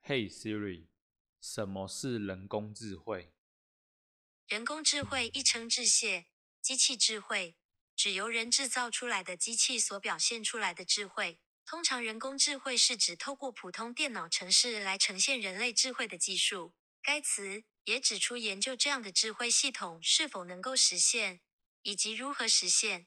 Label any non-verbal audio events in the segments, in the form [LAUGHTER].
Hey Siri，什么是人工智慧？人工智慧亦称智械、机器智慧，指由人制造出来的机器所表现出来的智慧。通常，人工智慧是指透过普通电脑程式来呈现人类智慧的技术。该词也指出研究这样的智慧系统是否能够实现，以及如何实现。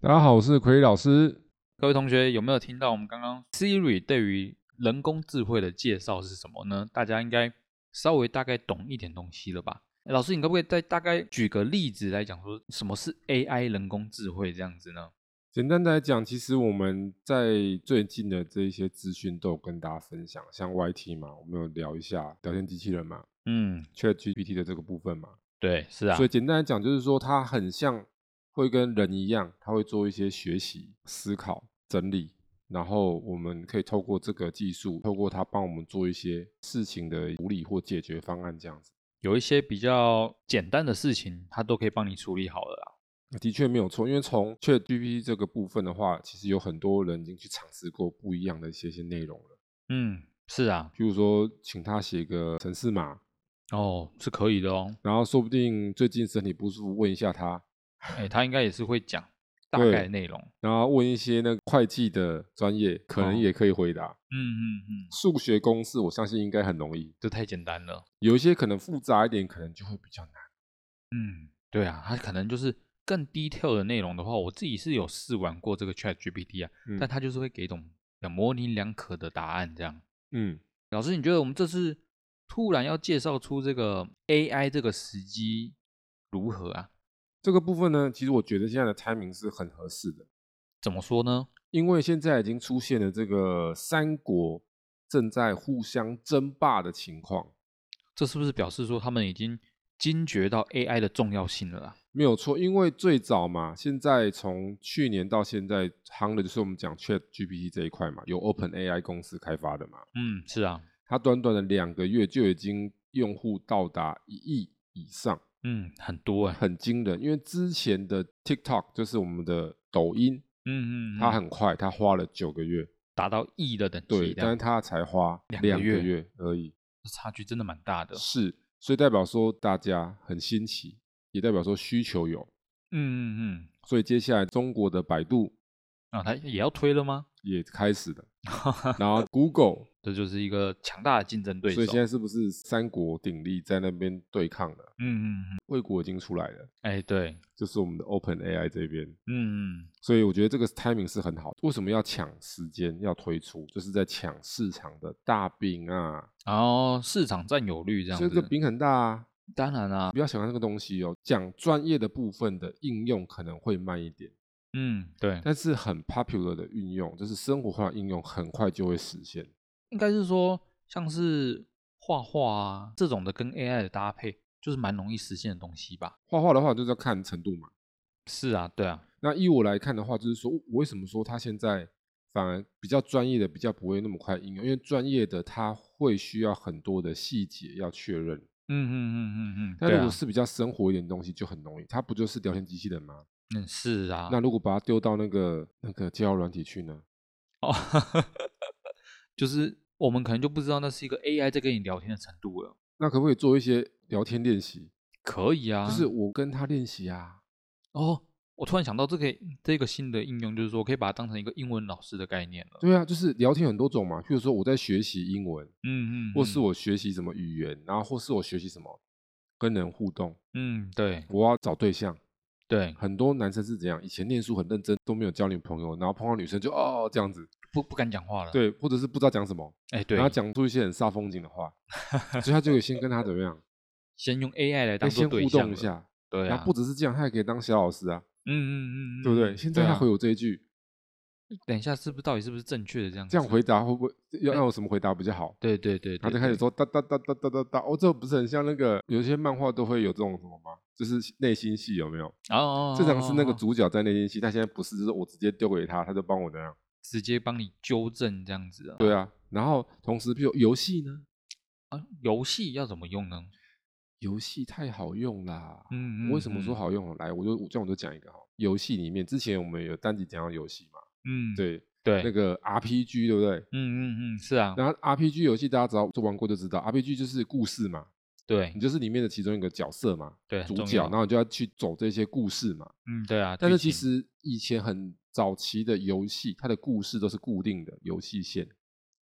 大家好，我是奎老师。各位同学有没有听到我们刚刚 Siri 对于人工智慧的介绍是什么呢？大家应该稍微大概懂一点东西了吧？诶老师，你可不可以再大概举个例子来讲说什么是 AI 人工智慧这样子呢？简单的来讲，其实我们在最近的这一些资讯都有跟大家分享，像 YT 嘛，我们有聊一下聊天机器人嘛嗯， ，ChatGPT 的这个部分嘛。对，是啊所以简单来讲，就是说它很像会跟人一样，它会做一些学习、思考、整理，然后我们可以透过这个技术，透过它帮我们做一些事情的处理或解决方案这样子。有一些比较简单的事情，它都可以帮你处理好了啦。的确没有错，因为从 ChatGPT 这个部分的话，其实有很多人已经去尝试过不一样的一些些内容了。嗯，是啊，譬如说，请他写个程式码，哦，是可以的哦。然后说不定最近身体不舒服，问一下他，哎，它应该也是会讲大对概内容。然后问一些那个会计的专业，可能哦也可以回答。嗯嗯嗯，数学公式我相信应该很容易，这太简单了。有一些可能复杂一点，可能就会比较难。嗯，对啊，它可能就是更 detail 的内容的话，我自己是有试玩过这个 Chat GPT 啊，嗯但它就是会给一种呃模棱两可的答案这样。嗯，老师，你觉得我们这次突然要介绍出这个 AI 这个时机如何啊？这个部分呢，其实我觉得现在的 timing 是很合适的，怎么说呢？因为现在已经出现了这个三国正在互相争霸的情况，这是不是表示说他们已经惊觉到 AI 的重要性了啊？没有错。因为最早嘛，现在从去年到现在夯的就是我们讲 Chat GPT 这一块嘛，由 Open AI 公司开发的嘛，嗯，是啊，它短短的两个月就已经用户到达一亿以上。嗯，很多哎、很惊人，因为之前的 TikTok 就是我们的抖音，嗯嗯，它很快，它花了九个月，达到亿的等级，对，但是它才花两两个个月月而已，差距真的蛮大的。是，所以代表说大家很新奇，也代表说需求有，嗯嗯嗯，所以接下来中国的百度啊，它也要推了吗？也开始 [LAUGHS] 了，然后 Google，这就是一个强大的竞争 [LAUGHS] 对手。所以现在是不是三国鼎立在那边对抗了？嗯嗯嗯，魏国已经出来了，哎、对，就是我们的 Open AI 这边。嗯嗯，所以我觉得这个 timing 是很好。为什么要抢时间要推出？就是在抢市场的大饼啊，然后市场占有率这样这子，个饼很大啊。当然啦、不要小看这个东西哦。讲专业的部分的应用可能会慢一点，嗯，对，但是很 popular 的运用，就是生活化的应用，很快就会实现。应该是说像是画画啊这种的跟 AI 的搭配，就是蛮容易实现的东西吧。画画的话，就是要看程度嘛。是啊，对啊，那依我来看的话，就是说我为什么说它现在反而比较专业的比较不会那么快应用，因为专业的它会需要很多的细节要确认。嗯嗯嗯嗯嗯，那对啊如果，是比较生活一点的东西，就很容易。它不就是聊天机器人吗？嗯是啊，那如果把它丢到那个那个交友软体去呢？哦， [LAUGHS] 就是我们可能就不知道那是一个 AI 在跟你聊天的程度了。那可不可以做一些聊天练习？可以啊，就是我跟他练习啊。哦，我突然想到这个这个新的应用，就是说我可以把它当成一个英文老师的概念了。对啊，就是聊天很多种嘛。譬如说我在学习英文，嗯嗯，或是嗯我学习什么语言，然后或是我学习什么跟人互动，嗯，对我要找对象。对，很多男生是怎样？以前念书很认真，都没有交女朋友，然后碰到女生就哦这样子，不不敢讲话了。，对，或者是不知道讲什么，哎嗯对然后，讲出一些很煞风景的 [LAUGHS] 话，所以他就可以先跟他怎么样？先用 AI 来要当做先对互象动一了，下，对然啊后，不只是这样，他也可以当小老师啊。嗯嗯嗯，对不对？现在对他啊回我这一句，等一下是不是到底是不是正确的这样子？这样回答会不会要要我什么回答比较好？对对对，他对就开始对说哒哒哒哒哒哒哒，哦，这不是很像那个有些漫画都会有这种什么吗？就是内心戏有没有？哦哦，哦正常是那个哦哦主角在内心戏，他现在不是，就是我直接丢给他，他就帮我那样。直接帮你纠正这样子啊。对啊，然后同时，譬如游戏呢，啊，游戏要怎么用呢？游戏太好用啦。嗯，为什么说嗯？好用？来，我就我这样我就讲一个哈，游戏里面之前我们有单集讲到游戏嘛，嗯，对，对，那个 RPG 对不对？嗯嗯嗯，是啊，然后 RPG 游戏大家只要做玩过就知道，RPG 就是故事嘛，对你就是里面的其中一个角色嘛，对，很主重角，要然后你就要去走这些故事嘛。嗯，对啊。但是剧其情实以前很早期的游戏，它的故事都是固定的游戏线，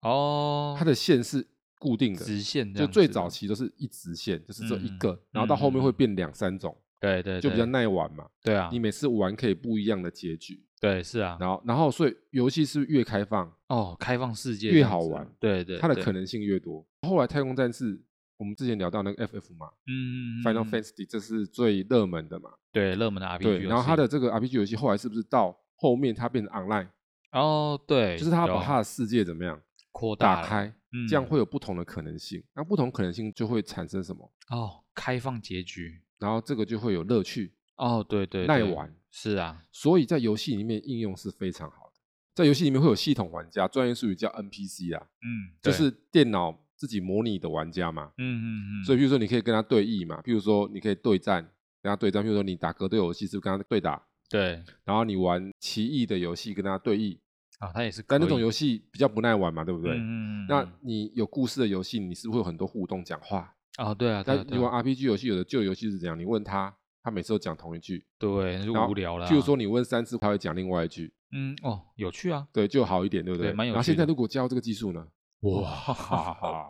哦，它的线是固定的，直线这就样最子早的期都是一直线，就是只有一嗯个，然后到后面会变两三种，对对就比较对耐玩嘛。对啊你，每次玩可以不一样的结局，对是啊，然后然后所以游戏是不是越开放，哦，开放世界越这样好子啊玩对对，它的对可能性越多。后来太空战士，我们之前聊到那个 FF 嘛嗯嗯嗯，Final 嗯 Fantasy 这是最热门的嘛，对热门的 RPG，对。游然后它戏的这个 RPG 游戏后来是不是到后面它变成 online，哦对，就是它把有它的世界怎么样扩大打了开，这样嗯会有不同的可能性。那不同可能性就会产生什么？哦开放结局然后这个就会有乐趣，哦对对耐对玩是啊所以在游戏里面应用是非常好的。在游戏里面会有系统玩家，专业术语叫 NPC 啦，嗯对就是电脑自己模拟的玩家嘛。嗯嗯嗯所以，譬如说你可以跟他对弈嘛，譬如说你可以对战，跟他对战。譬如说你打格斗游戏是不是跟他对打，对然后你玩棋艺的游戏跟他对弈，啊它也是但那可种以游戏比较不耐玩嘛，对不对？嗯嗯嗯那嗯你有故事的游戏，你是不是会有很多互动讲话？哦对啊对啊但你对玩啊 RPG 游戏，有的旧游戏是怎样？你问他，他每次都讲同一句，对那就然后无聊了啊，譬如说你问三次，他会讲另外一句，嗯哦有趣啊对，就好一点，对不对蛮有然后现在趣的如果加入这个技术呢？哇 [LAUGHS] 哈哈，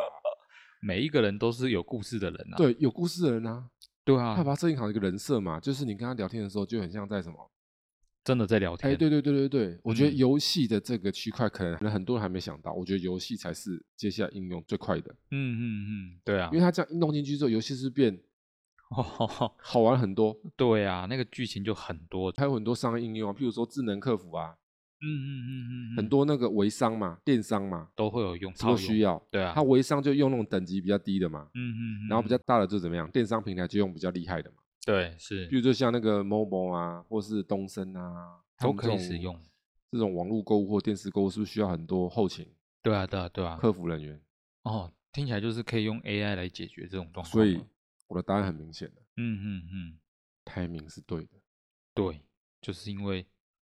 每一个人都是有故事的人啊 [LAUGHS] 对，有故事的人啊，对他啊把它设定好一个人设嘛，就是你跟他聊天的时候，就很像在什么？真的在聊哎，天对对对对对，我觉得嗯游戏的这个区块可能可能很多人还没想到，我觉得游戏才是接下来应用最快的，嗯嗯嗯对啊因为它这样弄进去之后，游戏是变哦好玩很多， [LAUGHS] 对啊那个剧情就很多还有很多商业应用啊，譬如说智能客服啊，嗯嗯嗯嗯很嗯多那个微商嘛、电商嘛，都会有用都超需用要。对啊它微商就用那种等级比较低的嘛，嗯嗯嗯然后比嗯较大的就怎么样？电商平台就用比较厉害的嘛，对是比如就像那个 Momo 啊，或是东森啊，他都们可以这使种用。这种网络购物或电视购物，是不是需要很多后勤对啊，对啊，对啊。客服人员？哦，听起来就是可以用 AI 来解决这种状况。所以，我的答案很明显的嗯嗯嗯， ，timing 是对的。对，就是因为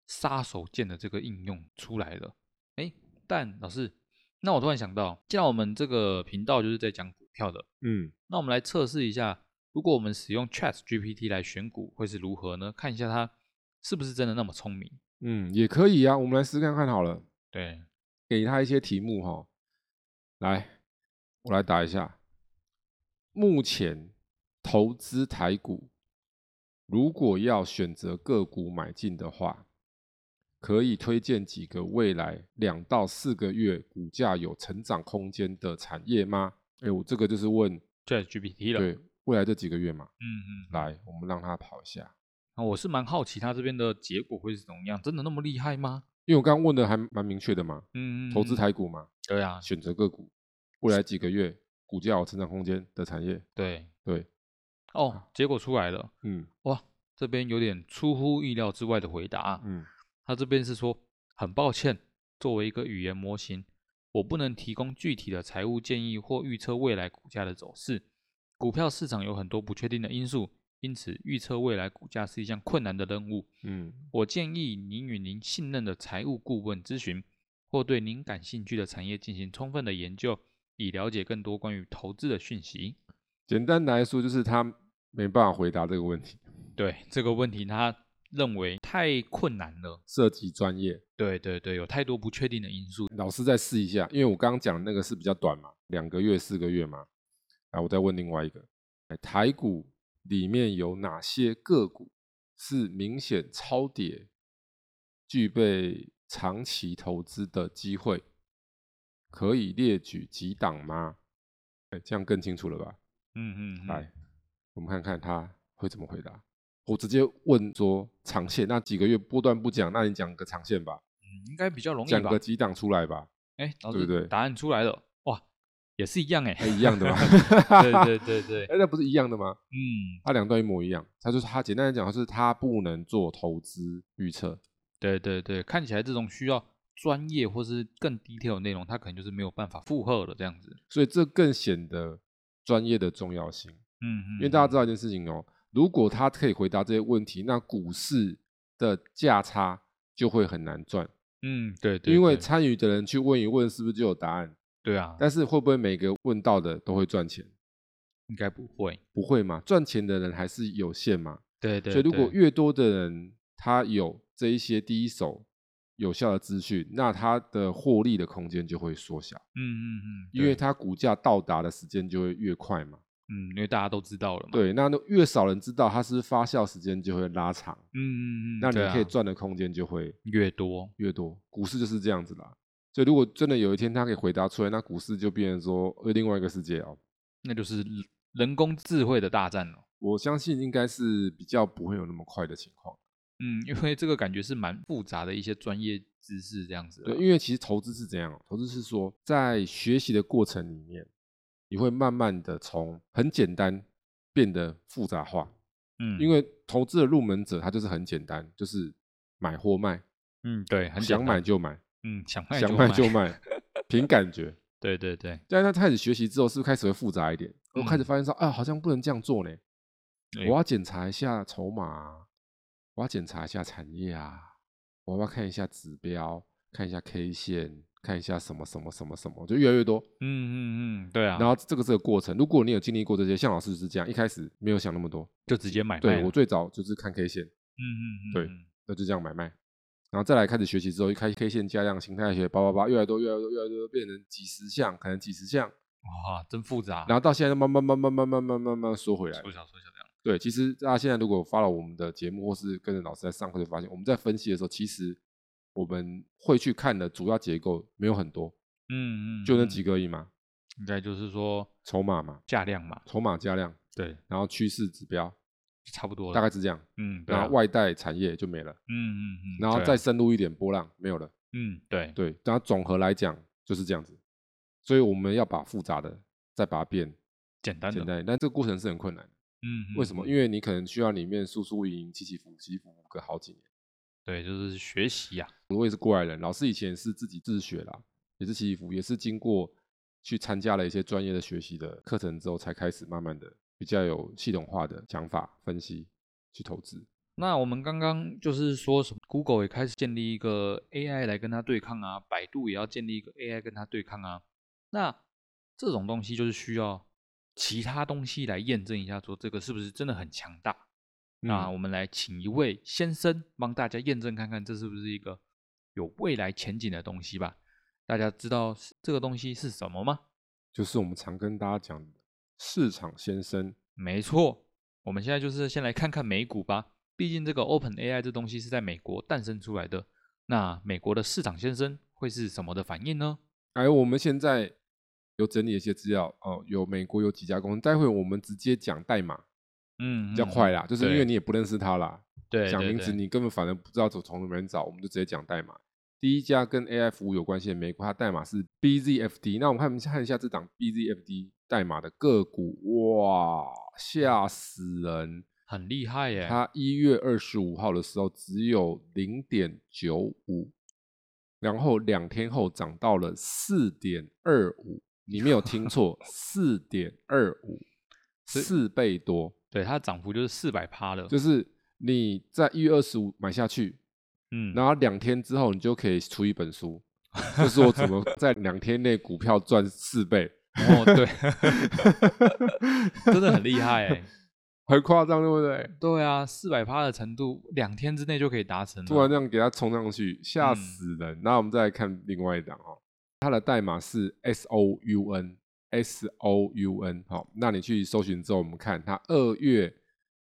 杀手锏的这个应用出来了。哎，但老师，那我突然想到，既然我们这个频道就是在讲股票的，嗯，那我们来测试一下，如果我们使用 Chat GPT 来选股会是如何呢？看一下它是不是真的那么聪明。嗯，也可以啊，我们来试看看好了。对，给他一些题目哈，来，我来打一下。目前投资台股，如果要选择个股买进的话，可以推荐几个未来两到四个月股价有成长空间的产业吗？哎，我这个就是问 Chat GPT 了。对未来这几个月嘛。嗯嗯。来，我们让他跑一下，那我是蛮好奇它这边的结果会是怎么样，真的那么厉害吗？因为我刚刚问的还蛮明确的嘛，嗯，嗯投资嗯台股嘛，对啊，选择个股，未来几个月股价有成长空间的产业。对对，哦，结果出来了，嗯哇，这边有点出乎意料之外的回答啊、嗯，他这边是说，很抱歉，作为一个语言模型，我不能提供具体的财务建议或预测未来股价的走势。股票市场有很多不确定的因素，因此预测未来股价是一项困难的任务。嗯，我建议您与您信任的财务顾问咨询，或对您感兴趣的产业进行充分的研究，以了解更多关于投资的讯息。简单来说就是他没办法回答这个问题，对这个问题，他认为太困难了。涉及专业。对对对，有太多不确定的因素。老师再试一下，因为我刚刚讲的那个是比较短嘛，两个月、四个月嘛。来，我再问另外一个，哎台股里面有哪些个股是明显超跌，具备长期投资的机会？可以列举几档吗？哎，这样更清楚了吧？嗯嗯，嗯来，我们看看他会怎么回答。我直接问说长线那几个月波段不讲，那你讲个长线吧，嗯，应该比较容易讲吧个？几档出来吧，哎，老对师，不对答案出来了，哇，也是一样哎，，哎一样的嘛 [LAUGHS] 对对 [LAUGHS] 对对，哎那不是一样的吗？嗯，它两段一模一样，它就是它简单来讲就是它不能做投资预测，对对对，看起来这种需要专业或是更 detail 的内容，它可能就是没有办法负荷的这样子。所以这更显得专业的重要性。嗯嗯，因为大家知道，道一件事情哦，如果他可以回答这些问题，那股市的价差就会很难赚，嗯，对对，因为对参与的人去问一问，是不是就有答案？对啊，但是会不会每个问到的都会赚钱？应该不会。不会嘛，赚钱的人还是有限嘛。对对，所以如果对越多的人他有这一些第一手有效的资讯，那他的获利的空间就会缩小，嗯嗯嗯，因为对他股价到达的时间就会越快嘛。嗯，因为大家都知道了嘛。，嗯对，那那越少人知道，它是不是发酵时间就会拉长。嗯嗯嗯，那你对可以啊赚的空间就会越多，越多。股市就是这样子啦。所以如果真的有一天他可以回答出来，那股市就变成说呃另外一个世界哦。那就是人人工智慧的大战了。我相信应该是比较不会有那么快的情况。嗯，因为这个感觉是蛮复杂的一些专业知识这样子啊。对，因为其实投资是怎样哦？投资是说在学习的过程里面，你会慢慢的从很简单变得复杂化。嗯，因为投资的入门者他就是很简单，就是买或卖，嗯对，很简想买单就买，嗯想卖想就卖就 [LAUGHS] 卖，凭感觉。对对对，但是他开始学习之后，是不是开始会复杂一点？我开始嗯发现说，啊，好像不能这样做呢。哎我要检查一下筹码啊，我要检查一下产业啊，我要看一下指标，看一下 K 线，看一下什么什么什么什么，就越来越多。嗯嗯嗯，对啊，然后这个这个过程，如果你有经历过这些，像老师就是这样，一开始没有想那么多。就直接买卖对了我最早就是看 K 线，嗯嗯嗯，对嗯那就这样买卖，然后再来开始学习之后，一开 K 线加量、形态学，叭叭叭，越来越多，越来越多，越来越多，变成几十项，可能几十项，哇，真复杂。然后到现在慢慢慢慢慢慢慢慢慢缩回来。缩小缩小这样，对，其实大家现在如果发了我们的节目，或是跟着老师在上课，就发现我们在分析的时候，其实我们会去看的主要结构没有很多，嗯嗯，就那嗯几个而已嘛，应该就是说筹码嘛，价量嘛，筹码加量，对，然后趋势指标，差不多了，大概是这样。嗯，对然啊后，外带产业就没了，嗯嗯嗯，然后对啊再深入一点波浪没有了。嗯，对，对，然后总和来讲就是这样子，所以我们要把复杂的再把它变简单的，简单一点，但这个过程是很困难的。嗯，为什么？嗯因为你可能需要里面输输赢赢、起起伏起伏个好几年。对，就是学习啊呀、我也是过来人，老师以前是自己自学啦，也是起起伏，也是经过去参加了一些专业的学习的课程之后，才开始慢慢的比较有系统化的想法、分析去投资。那我们刚刚就是说什么，Google 也开始建立一个 AI 来跟它对抗啊，百度也要建立一个 AI 跟它对抗啊。那这种东西就是需要其他东西来验证一下，说这个是不是真的很强大。嗯那我们来请一位先生帮大家验证看看，这是不是一个有未来前景的东西吧？大家知道是这个东西是什么吗？就是我们常跟大家讲的市场先生，没错，我们现在就是先来看看美股吧。毕竟这个 Open AI 这东西是在美国诞生出来的，那美国的市场先生会是什么的反应呢？哎，我们现在有整理一些资料哦，有美国有几家公司，待会我们直接讲代码嗯，比较嗯快嗯啦，就是因对为你也不认识他啦，对讲对名字对你根本反而不知道从从哪边找，我们就直接讲代码。第一家跟 AI 服务有关系的美国，它代码是 BZFD。那我们看看一下这档 BZFD 代码的个股，哇，吓死人！很厉害耶，它一月二十五号的时候只有零点九五，然后两天后涨到了四点二五，你没有 [LAUGHS] 听错，四点二五，四倍多，对它的涨幅就是四百趴了，就是你在一月二十五买下去，嗯，然后两天之后你就可以出一本书， [LAUGHS] 就是我怎么在两天内股票赚四倍，哦对，真的很厉害 [LAUGHS] 哎，很夸张，对不对？对啊，四百趴的程度，两天之内就可以达成了，突然这样给它冲上去，吓嗯死人！那、我们再来看另外一档哦，它的代码是 S O U N S O U N。好，那你去搜寻之后，我们看它二月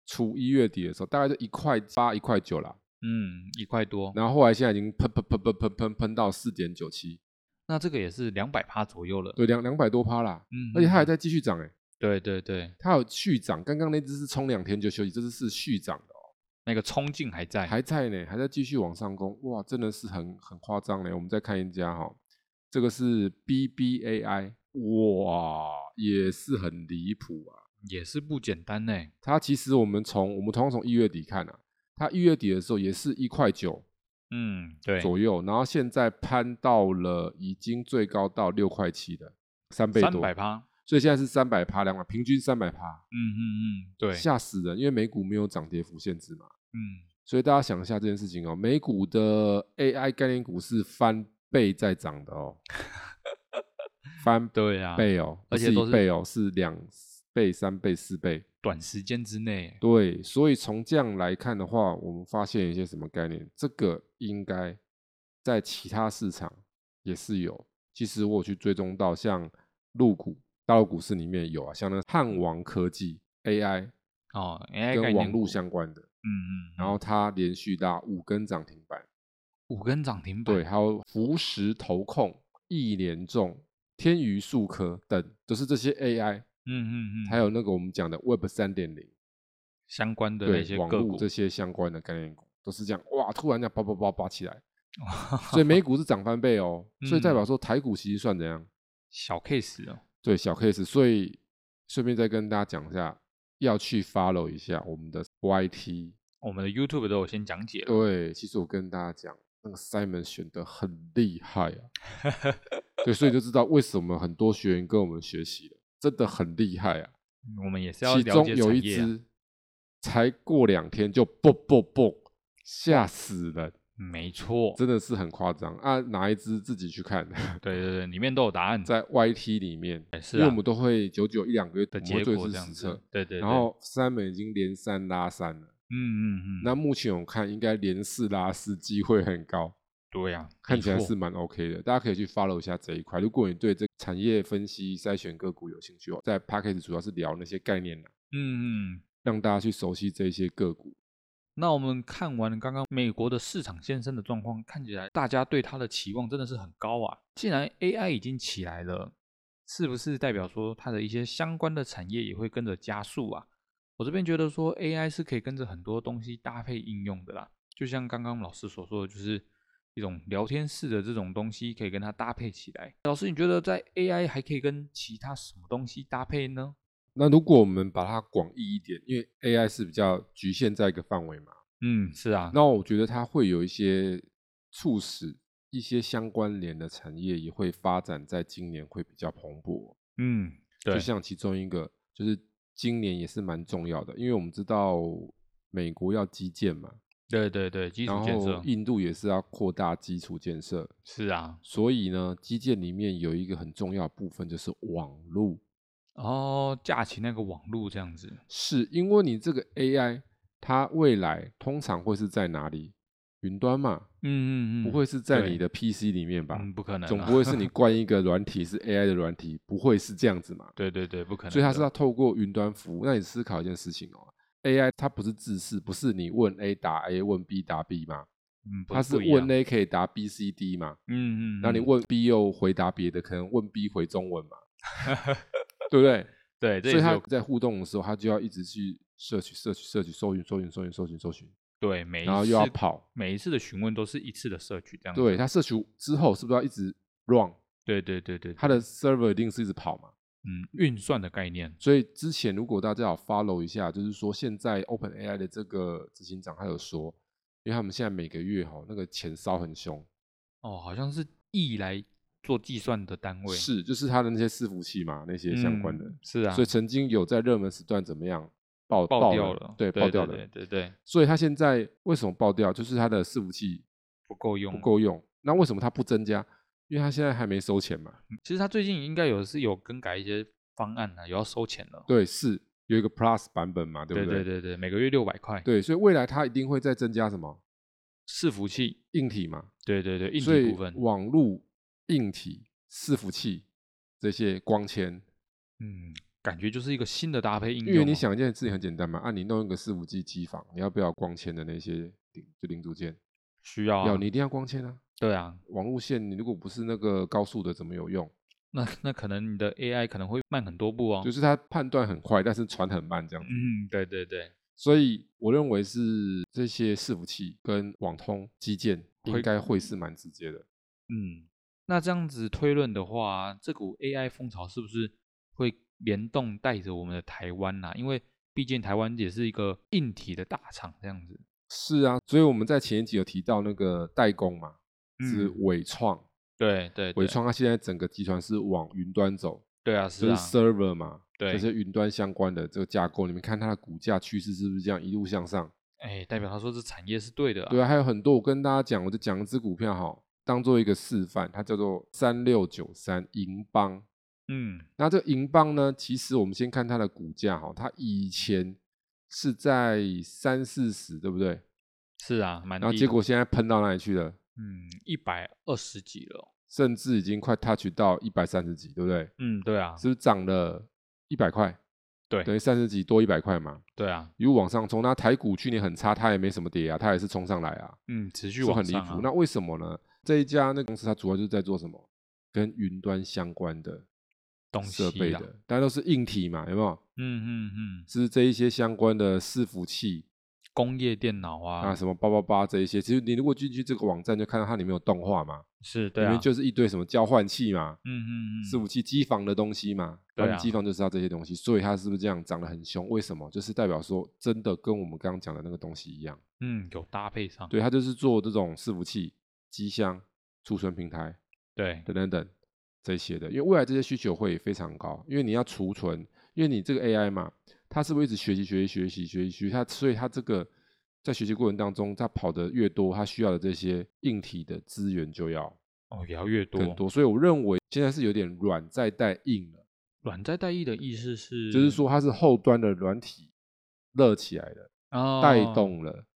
初一月底的时候，大概就一块八、一块九啦。嗯，一块多，然后后来现在已经喷喷喷喷喷喷喷到四点九七，那这个也是两百趴左右了，对，两两百多趴啦。嗯，而且它还嗯，在继续涨哎、对对对，它有续涨，刚刚那只是冲两天就休息，这只是续涨的哦。哎那个冲劲还在，还在呢，还在继续往上攻，哇，真的是很很夸张嘞。我们再看一家哈、这个是 BBAI，哇，也是很离谱啊。也是不简单呢。它其实我们从我们同样从一月底看啊，它一月底的时候也是一块九嗯，对，左右，然后现在攀到了已经最高到六块七的三倍三多，百趴，所以现在是三百趴两百，平均三百趴，嗯嗯嗯，对，吓死人，因为美股没有涨跌幅限制嘛。嗯，所以大家想一下这件事情哦，美股的 AI 概念股是翻倍在涨 [LAUGHS] 的哦，翻对啊，倍哦，而且不都是是一倍哦，是两倍、三倍、四倍。短时间之内，对，所以从这样来看的话，我们发现一些什么概念？这个应该在其他市场也是有。其实我有去追踪到，像陆股、大陆股市里面有啊，像那汉王科技 AI 哦，AI 概跟念网络股相关的，嗯嗯，然后它连续拉五根涨停板。五根涨停板，嗯对，还有福石投控、易联众、天娱数科等，就是这些 AI，嗯嗯嗯，还有那个我们讲的 Web 三点零，相关的那对些网个络股这，些相关的概念股都是这样，哇，突然这样叭叭叭叭起 [LAUGHS] 来，所以美股是涨翻倍哦，所以代嗯表说台股其实算怎样？小 case 哦，对，小 case，所以顺便再跟大家讲一下，要去 follow 一下我们的 YT。我们的 YouTube 都有先讲解了，对，其实我跟大家讲，那个 Simon 选的很厉害啊。对，所以就知道为什么很多学员跟我们学习了，真的很厉害啊。嗯我们也是要其了中解有一产业啊，只才过两天就蹦蹦蹦，吓死人，没错，真的是很夸张啊！哪一只自己去看，对对对，里面都有答案，在 YT 里面，是因为我啊们都会久久一两个月的我们结会做一果次这样实测子，，对对，对然后 Simon 已经连三拉三了，嗯嗯嗯，那目前我看应该连四拉四机会很高。对呀，看没起来错是蛮 OK 的，大家可以去 follow 一下这一块。如果你对这个产业分析、筛选个股有兴趣哦，在 p a c k a g e 主要是聊那些概念啦，嗯嗯。让大家去熟悉这些个股。那我们看完刚刚美国的市场先生的状况，看起来大家对它的期望真的是很高啊。既然 AI 已经起来了，是不是代表说它的一些相关的产业也会跟着加速啊？我这边觉得说 AI 是可以跟着很多东西搭配应用的啦，就像刚刚老师所说的，就是一种聊天式的这种东西可以跟它搭配起来。老师，你觉得在 AI 还可以跟其他什么东西搭配呢？那如果我们把它广义一点，因为 AI 是比较局限在一个范围嘛，嗯，是啊，那我觉得它会有一些促使一些相关联的产业也会发展，在今年会比较蓬勃。嗯，对，就像其中一个就是今年也是蛮重要的，因为我们知道美国要基建嘛，对对对，基础然建设后印度也是要扩大基础建设，是啊，所以呢，基建里面有一个很重要的部分就是网络，哦，架起那个网络这样子，是因为你这个 AI 它未来通常会是在哪里？云端嘛，嗯嗯嗯，不会是在你对的 PC 里面吧？嗯，不可能啊，总不会 [LAUGHS] 是你灌一个软体是 AI 的软体，不会是这样子嘛？对对对，不可能的，所以它是要透过云端服务。那你思考一件事情哦，AI 它不是自视，不是你问 A 答 A，问 B 答 B 嘛，嗯，不它是不一问样 A 可以答 B、C、D 嘛，嗯嗯，那你嗯，问 B 又回答别的，可能问 B 回 [LAUGHS] 中文嘛，对不对？对，这也所以是他有在互动的时候，他就要一直去摄取、摄取、摄取、搜寻、搜寻、搜寻、搜寻、搜寻，对每一然后又要次跑。每一次的询问都是一次的摄取这样子，对他摄取之后，是不是要一直 run？对对对对，他的 server 一定是一直跑嘛。嗯运算的概念，所以之前如果大家有 follow 一下，就是说现在 OpenAI 的这个执行长他有说，因为他们现在每个月哈、那个钱烧很凶，哦，好像是亿来做计算的单位，是就是他的那些伺服器嘛，那些相关的，嗯是啊，所以曾经有在热门时段怎么样爆爆掉了了，，对，对爆掉了。对对对，所以它现在为什么爆掉？就是它的伺服器不够用，不。够用。那为什么它不增加？因为它现在还没收钱嘛。其实他最近应该有是有更改一些方案啊了，有要收钱了，对，是有一个 Plus 版本嘛，对不对对对对对，每个月六百块，对所以未来它一定会再增加什么伺服器，硬体嘛，对对对，硬所体以部分，网络硬体、伺服器这些光纤。嗯，感觉就是一个新的搭配嗯应用、哦因为你，想一件事情很简单嘛，啊，你弄一个伺服器机房，你要不要光纤的那些零就零组件？需要、啊、要，你一定要光纤啊。对啊，网路线你如果不是那个高速的，怎么有用？那那可能你的 AI 可能会慢很多步哦。，就是是它判断很快，但是传很慢这样子。 [LAUGHS] 嗯，对对对，所以我认为是这些伺服器跟网通基建应该会是蛮直接的。嗯，那这样子推论的话，这股 AI 风潮是不是会联动带着我们的台湾呐、因为毕竟台湾也是一个硬体的大厂，这样子。是啊，所以我们在前一集有提到那个代工嘛，是伟创，对嗯对，伟对，创它现在整个集团是往云端走，对啊，是就是啊， server 嘛，对这些云端相关的这个架构，你们看它的股价趋势是不是这样一路向上？哎，代表他说这产业是对的、啊。对啊，还有很多我跟大家讲，我就讲一只股票好，当做一个示范，它叫做三六九三银邦。嗯，那这个银邦呢，其实我们先看它的股价哈，它以前是在三四十，对不对？是啊，蛮低然的。后结果现在喷到哪里去了？嗯，一百二十几了哦。甚至已经快 touch 到一百三十几，对不对？嗯，对啊，是不是涨了一百块？对等于三十几多一百块嘛，对啊，一路往上冲。那台股去年很差，它也没什么跌啊，它也是冲上来啊，嗯，持续就往很离上、啊。谱。那为什么呢？这一家那个公司它主要就是在做什么？跟云端相关的东西设备啦的，大家都是硬体嘛，有没有？嗯嗯嗯，是这一些相关的伺服器工业电脑啊，啊，什么八八八这一些。其实你如果进去这个网站，就看到它里面有动画嘛，是对里啊，面就是一堆什么交换器嘛，嗯嗯嗯，伺服器机房的东西嘛，对啊然后你机房就是要这些东西，所以它是不是这样涨得很凶？为什么？就是代表说真的跟我们刚刚讲的那个东西一样，嗯有搭配上，对，它就是做这种伺服器、机箱、储存平台对等等等这些的，因为未来这些需求会非常高，因为你要储存，因为你这个 AI 嘛，它是不是一直学习、学习、学习、学习、学习？它所以它这个在学习过程当中，它跑得越多，它需要的这些硬体的资源就要哦也要越多，更多，所以我认为现在是有点软在带硬了。软在代意的意思是，就是说它是后端的软体热起来了，哦带动了。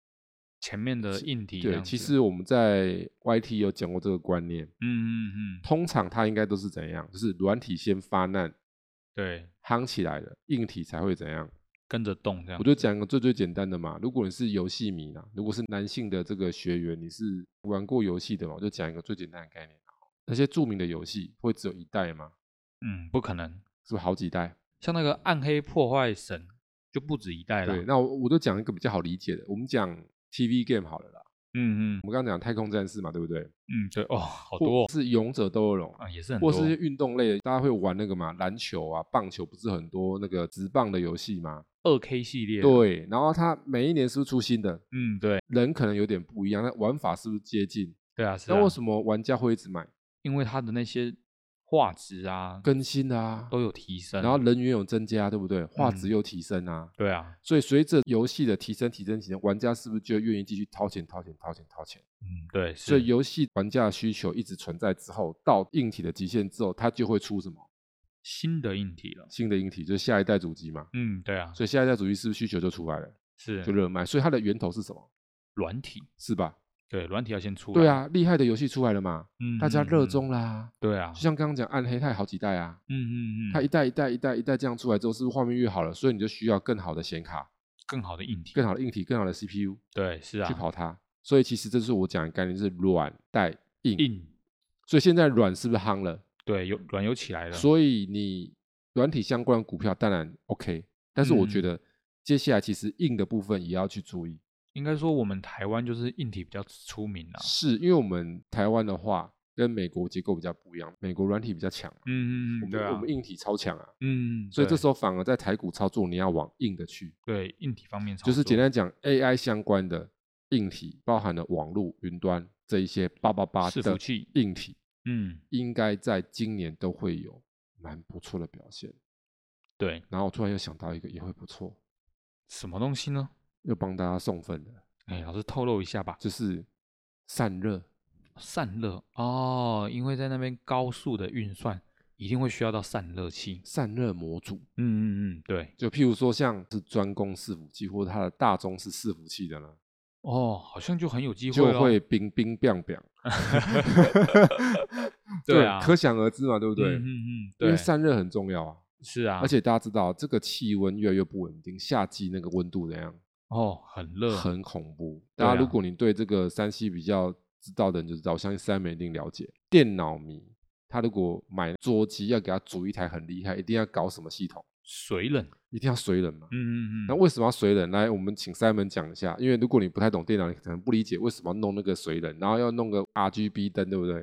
前面的硬体这对，样子，其实我们在 YT 有讲过这个观念，嗯嗯嗯，通常它应该都是怎样，就是软体先发难，对，夯起来了，硬体才会怎样。跟着动这样我，就讲一个最最简单的嘛，如果你是游戏迷啦，如果是男性的这个学员，你是玩过游戏的嘛，我就讲一个最简单的概念。那些著名的游戏会只有一代吗？嗯，不可能，是不是好几代？像那个暗黑破坏神就不止一代了，对，那我我就讲一个比较好理解的，我们讲 TV game 好了啦。嗯嗯我们刚刚讲太空战士嘛，对不对？嗯，对哦，好或多哦是勇者斗恶龙，啊，也是很或多，是一些运动类的，大家会玩那个嘛，篮球啊、棒球，不是很多那个直棒的游戏嘛？二 K 系列，，对，然后它每一年是不是出新的？嗯对，人可能有点不一样，那玩法是不是接近？对啊，是啊那为什么玩家会一直买因为它的那些画质啊更新啊？都有提升，然后人员有增加，对不对？画嗯质又提升啊，对啊，所以随着游戏的提升、提升、提升，玩家是不是就愿意继续掏钱、掏钱、掏钱、掏钱？嗯对，所是以游戏玩家的需求一直存在之后，到硬体的极限之后，它就会出什么新的硬体了，新的硬体，就是下一代主机嘛。嗯对啊，所以下一代主义是不是需求就出来了，是就热卖？所以它的源头是什么？软体，是吧？对，软体要先出来，对，啊，厉害的游戏出来了嘛，嗯，大家嗯热嗯衷啦。对啊就，像刚刚讲暗黑，它也好几代啊，嗯嗯嗯，它一代一代一代一代这样出来之后，是不是画面越好了？所以你就需要更好的显卡、更好的硬体，更好的硬体、更好的 CPU 对，是啊，去跑它。所以其实这是我讲的概念，就是软带硬。硬，所以现在软是不是夯了？对，啊有软有起来了，所以你软体相关的股票当然 OK，但是我觉嗯得接下来其实硬的部分也要去注意。应该说我们台湾就是硬体比较出名啦，是因为我们台湾的话跟美国结构比较不一样，美国软体比较强嘛，嗯嗯我嗯，们、对啊我，们硬体超强啊，嗯，所以这对时候反而在台股操作你要往硬的去，对硬体方面操就是简作，单讲 AI 相关的硬体，包含了网络、云端这一些八八八伺的服器硬体，嗯，应该在今年都会有蛮不错的表现。对，然后我突然又想到一个也会不错，什么东西呢？又帮大家送分的，哎，老师透露一下吧，就是散热。散热哦，因为在那边高速的运算一定会需要到散热器，散热模组，嗯嗯嗯，对，就譬如说像是专攻伺服器，或者它的大宗是伺服器的呢，哦，好像就很有机会哦就咯会冰冰冰冰。对啊可想而知嘛，对不对？嗯嗯嗯，因为对，散热很重要啊，是啊，而且大家知道这个气温越来越不稳定，夏季那个温度怎样，哦，很热，很恐怖。对啊大家如果你对这个山西比较知道的人就知道，我相信三美一定了解。电脑迷他如果买桌机要给他组一台很厉害，一定要搞什么系统？水冷，一定要水冷嘛。嗯嗯嗯，那为什么要水冷？来，我们请 Simon 讲一下，因为如果你不太懂电脑，你可能不理解为什么要弄那个水冷，然后要弄个 RGB 灯，对 [LAUGHS] 不对？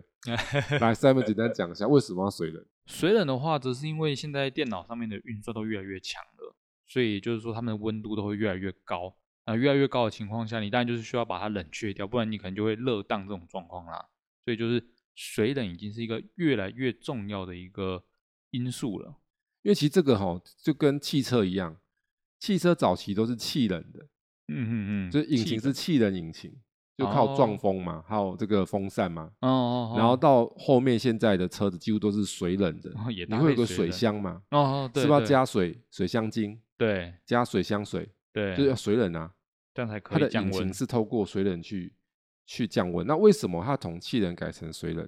来，Simon 简单讲一下为什么要水冷。水冷的话，则是因为现在电脑上面的运算都越来越强了，所以就是说它们的温度都会越来越高。那越来越高的情况下，你当然就是需要把它冷却掉，不然你可能就会热当这种状况啦。所以就是水冷已经是一个越来越重要的一个因素了。因为其实这个哈、就跟汽车一样，汽车早期都是气冷的，嗯嗯嗯，就是引气擎冷是气冷引擎，就靠撞风嘛，还有这个风扇嘛。哦哦，哦然后到后面现在的车子几乎都是水冷的，哦也你搭会有配个水水冷箱嘛，哦哦，对，是不是要对加水水箱精，对加水香水，对，就是要水冷啊。这样才可它以的降引温擎。是透过水冷去去降温。那为什么它从气冷改成水冷？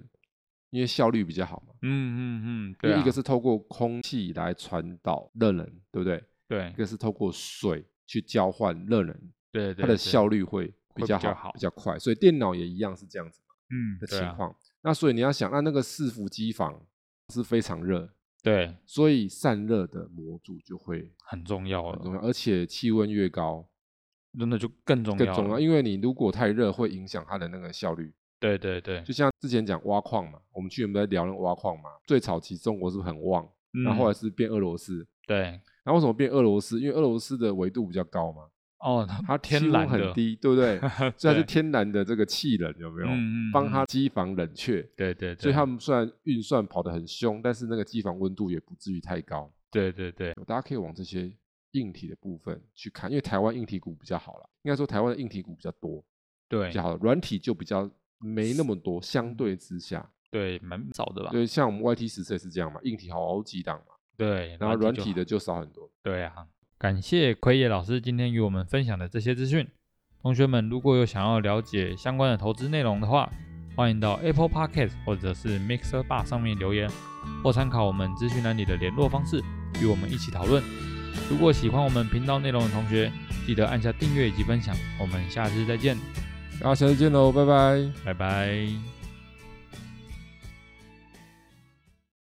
因为效率比较好嘛。嗯嗯嗯，因对为啊，一个是透过空气来传导热能，对不对？对一个是透过水去交换热能，对对，它的对效率会会比较比较好，好比较快。所以电脑也一样是这样子嗯的对情啊况。那所以你要想，那那个伺服机房是非常热，对所以散热的模组就会很重要很了，重要，而且气温越高真的就更呃重更要重要，了。因为你如果太热会影响它的那个效率。对对对，就像之前讲挖矿嘛，我们去年不是在聊那个挖矿嘛，最早期中国是不是很旺，然后后嗯来是变俄罗斯，对然后为什么变俄罗斯？因为俄罗斯的纬度比较高嘛，哦，它天气温然很的 [LAUGHS] 低，对不对？所以它对是天然的这个气冷，有没有？嗯嗯帮嗯它机房冷却。对对对，所以他们虽然运算跑得很凶，但是那个机房温度也不至于太高。对对对，大家可以往这些硬体的部分去看，因为台湾硬体股比较好啦，应该说台湾的硬体股比较多，对比较好，软体就比较没那么多，相对之下。对蛮少的吧？对，像我们 YT 十四也是这样嘛，硬体好几档嘛，对，然后软体就的就少很多。对啊，感谢奎野老师今天与我们分享的这些资讯。同学们如果有想要了解相关的投资内容的话，欢迎到 Apple Podcast 或者是 Mixer Bar 上面留言，或参考我们资讯栏里的联络方式，与我们一起讨论。如果喜欢我们频道内容的同学，记得按下订阅以及分享。我们下次再见，那下次见喽，拜拜。拜拜。